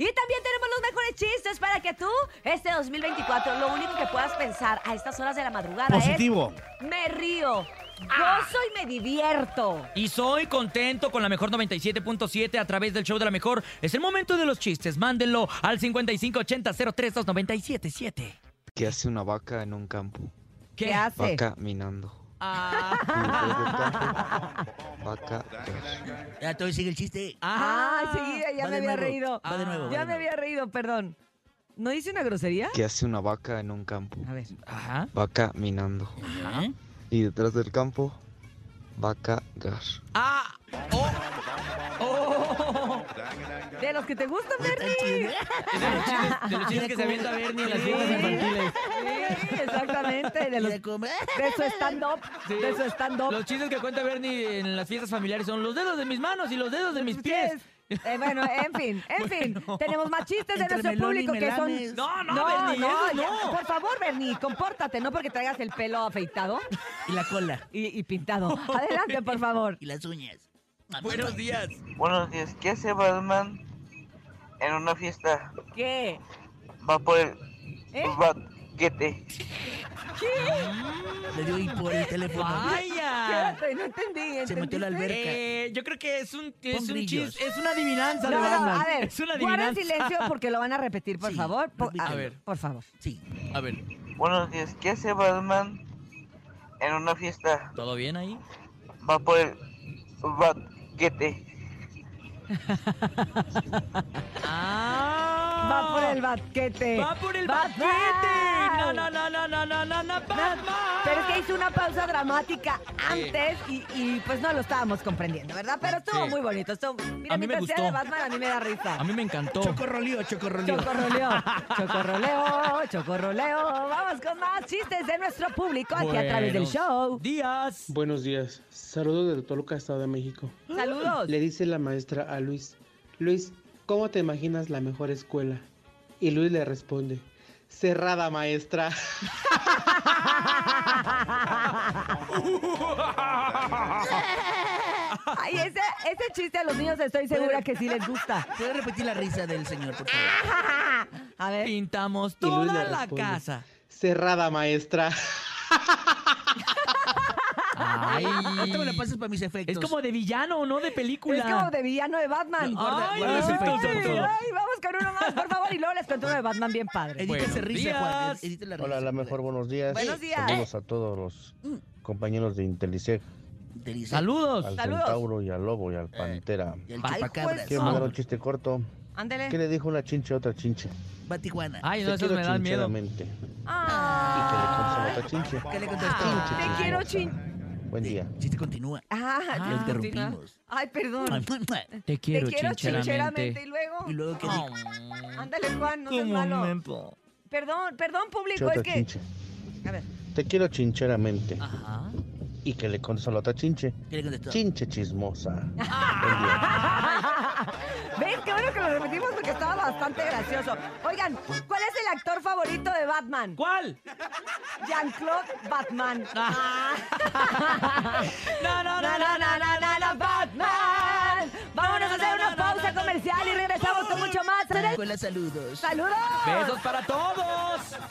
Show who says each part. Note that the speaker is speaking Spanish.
Speaker 1: Y también tenemos los mejores chistes para que tú, este 2024, lo único que puedas pensar a estas horas de la madrugada
Speaker 2: Positivo.
Speaker 1: es: me río,
Speaker 3: Ah.
Speaker 1: gozo y me divierto.
Speaker 3: Y soy contento con la mejor 97.7 a través del show de la mejor. Es el momento de los chistes. Mándenlo al 5580-032977.
Speaker 4: ¿Qué hace una vaca en un campo?
Speaker 1: ¿Qué, hace?
Speaker 4: Va caminando.
Speaker 3: Ah,
Speaker 4: Vaca.
Speaker 5: Ya, todavía sigue el chiste.
Speaker 1: Ah, sí, ya
Speaker 5: Va
Speaker 1: me
Speaker 5: de
Speaker 1: había
Speaker 5: nuevo,
Speaker 1: reído.
Speaker 5: Va de nuevo. va
Speaker 1: ya
Speaker 5: de
Speaker 1: me
Speaker 5: nuevo.
Speaker 1: había reído, perdón. ¿No hice una grosería?
Speaker 4: ¿Qué hace una vaca en un campo?
Speaker 1: A ver.
Speaker 3: ajá. ¿Eh?
Speaker 4: Va caminando.
Speaker 3: Ajá.
Speaker 4: Y detrás del campo, va a cagar.
Speaker 3: Ah, oh, oh.
Speaker 1: De los que te gustan,
Speaker 5: Está chido.
Speaker 1: Bernie.
Speaker 3: De los chistes, de los chistes que se avienta Bernie en las fiestas infantiles.
Speaker 1: Sí, exactamente. De,
Speaker 5: Y
Speaker 1: los-
Speaker 5: de comer.
Speaker 1: de su stand-up.
Speaker 3: Sí.
Speaker 1: De su stand-up.
Speaker 3: Los chistes que cuenta Bernie en las fiestas familiares son los dedos de mis manos y los dedos de mis pies.
Speaker 1: Eh, bueno, en fin, en fin. Tenemos más chistes de
Speaker 5: Entre
Speaker 1: nuestro
Speaker 5: melón y
Speaker 1: público que
Speaker 5: melames.
Speaker 1: son.
Speaker 3: No, no, Bernie, esos
Speaker 1: ya,
Speaker 3: no.
Speaker 1: por favor, Bernie, compórtate, no porque traigas el pelo afeitado
Speaker 5: Y la cola.
Speaker 1: y, y pintado. Adelante, por favor.
Speaker 5: Y las uñas.
Speaker 3: Buenos días.
Speaker 6: Buenos días, ¿qué hace Batman en una fiesta?
Speaker 1: ¿Qué?
Speaker 6: Va por el pues,
Speaker 1: ¿Eh?
Speaker 6: baguete.
Speaker 5: Le dio y por el teléfono.
Speaker 3: Vaya.
Speaker 1: Espérate, no entendí.
Speaker 5: Se metió a la
Speaker 1: ¿entendiste?
Speaker 5: alberca.
Speaker 3: Eh, yo creo que es un es
Speaker 5: Pon
Speaker 3: un
Speaker 5: grillos.
Speaker 3: chis- es una adivinanza
Speaker 1: No,
Speaker 3: de
Speaker 1: no,
Speaker 3: Batman.
Speaker 1: a ver,
Speaker 3: es una
Speaker 1: guarden
Speaker 3: adivinanza.
Speaker 1: silencio porque lo van a repetir, por
Speaker 5: Sí,
Speaker 1: favor. Por, a
Speaker 5: repítelo.
Speaker 1: ver, por favor.
Speaker 5: Sí.
Speaker 3: A ver,
Speaker 6: Buenos días, ¿qué hace Batman en una fiesta?
Speaker 3: ¿todo bien ahí?
Speaker 6: Va por el baguete.
Speaker 3: Ah.
Speaker 1: Va por el batquete.
Speaker 3: Va Ah, por el
Speaker 1: Batman.
Speaker 3: banquete. No, no, no, no, no, no, no, no, Batman.
Speaker 1: Pero es que hizo una pausa dramática antes y, y, pues no lo estábamos comprendiendo, ¿verdad? Pero estuvo
Speaker 3: Sí.
Speaker 1: muy bonito. estuvo- mira,
Speaker 3: A mí me
Speaker 1: mientras sea de
Speaker 3: gustó.
Speaker 1: Batman, a mí me da risa.
Speaker 3: A mí me encantó.
Speaker 5: Chocorrolío, chocorrolío.
Speaker 1: Chocorroleo, chocorroleo, chocorroleo. Vamos con más chistes de nuestro público aquí a través del
Speaker 3: Buenos
Speaker 1: show.
Speaker 3: Díaz.
Speaker 7: Buenos días. Saludos de Toluca, Estado de México.
Speaker 1: Saludos.
Speaker 7: Le dice la maestra a Luis, Luis, ¿cómo te imaginas la mejor escuela? Y Luis le responde, cerrada maestra.
Speaker 1: Ay, ese, ese chiste a los niños estoy segura que sí les gusta.
Speaker 5: ¿Puedes repetir la risa del señor, por favor?
Speaker 1: A ver.
Speaker 3: Pintamos
Speaker 7: Y Luis le
Speaker 3: toda la
Speaker 7: responde.
Speaker 3: casa.
Speaker 7: Cerrada maestra.
Speaker 3: Ay,
Speaker 5: Ahorita me la pasas para mis efectos.
Speaker 3: es como de villano, no de película.
Speaker 1: Es como de villano de Batman.
Speaker 3: No, guarda-
Speaker 1: ay,
Speaker 3: guarda
Speaker 5: ese
Speaker 1: ay,
Speaker 3: efecto.
Speaker 1: ay, vamos con uno más, por favor, y luego les cuento uno de Batman bien padre.
Speaker 5: Edita esa
Speaker 3: Buenos
Speaker 5: risa,
Speaker 3: días.
Speaker 5: Juan. Edita la risa.
Speaker 8: Hola, la mejor, buenos días.
Speaker 1: Buenos días. Mm.
Speaker 8: Saludos a todos los compañeros de Intelisec,
Speaker 5: Te dice,
Speaker 3: Saludos.
Speaker 8: al
Speaker 1: Saludos. Eh,
Speaker 8: centauro y al lobo y al pantera.
Speaker 5: Y el
Speaker 3: Ay,
Speaker 5: chupacabras.
Speaker 1: juez.
Speaker 8: Quiero mandar un chiste corto.
Speaker 1: Ándele.
Speaker 8: ¿Qué le dijo una chinche a otra chinche?
Speaker 5: Va a Tijuana.
Speaker 3: Ay, no,
Speaker 8: Te
Speaker 3: esos
Speaker 8: quiero
Speaker 3: me dan miedo.
Speaker 8: chincheramente.
Speaker 1: Ah.
Speaker 8: ¿Qué le contestó la otra chinche?
Speaker 5: ¿Qué le
Speaker 1: Ah,
Speaker 5: contestaste?
Speaker 1: te quiero chin.
Speaker 8: Buen
Speaker 5: Sí,
Speaker 8: día.
Speaker 5: Chiste continúa.
Speaker 1: Ah,
Speaker 5: Lo interrumpimos.
Speaker 1: Ay, perdón.
Speaker 3: Te
Speaker 1: Te
Speaker 3: quiero,
Speaker 1: quiero
Speaker 3: chincheramente.
Speaker 1: chincheramente. Y luego.
Speaker 5: Y luego que dijo,
Speaker 1: Ándale, Juan, no
Speaker 3: Tu
Speaker 1: seas malo.
Speaker 3: momento.
Speaker 1: Perdón, perdón,
Speaker 8: Che,
Speaker 1: público,
Speaker 8: otra
Speaker 1: es que. Ah.
Speaker 8: chinche.
Speaker 1: A ver.
Speaker 8: Te quiero chincheramente.
Speaker 3: Ajá.
Speaker 8: ¿Y qué le contestó la otra chinche?
Speaker 5: ¿qué le contestó?
Speaker 8: Chinche chismosa.
Speaker 1: Ah. ¿Ves? Qué bueno que lo repetimos porque estaba bastante gracioso. Oigan, ¿cuál es el actor favorito de Batman?
Speaker 3: ¿Cuál?
Speaker 1: Jean-Claude Batman.
Speaker 3: No, no,
Speaker 1: Na, na, na, na, na, na, Batman. Vámonos a hacer una pausa comercial y regresamos con mucho más.
Speaker 5: Hola, saludos.
Speaker 1: ¡Saludos!
Speaker 3: Besos para todos.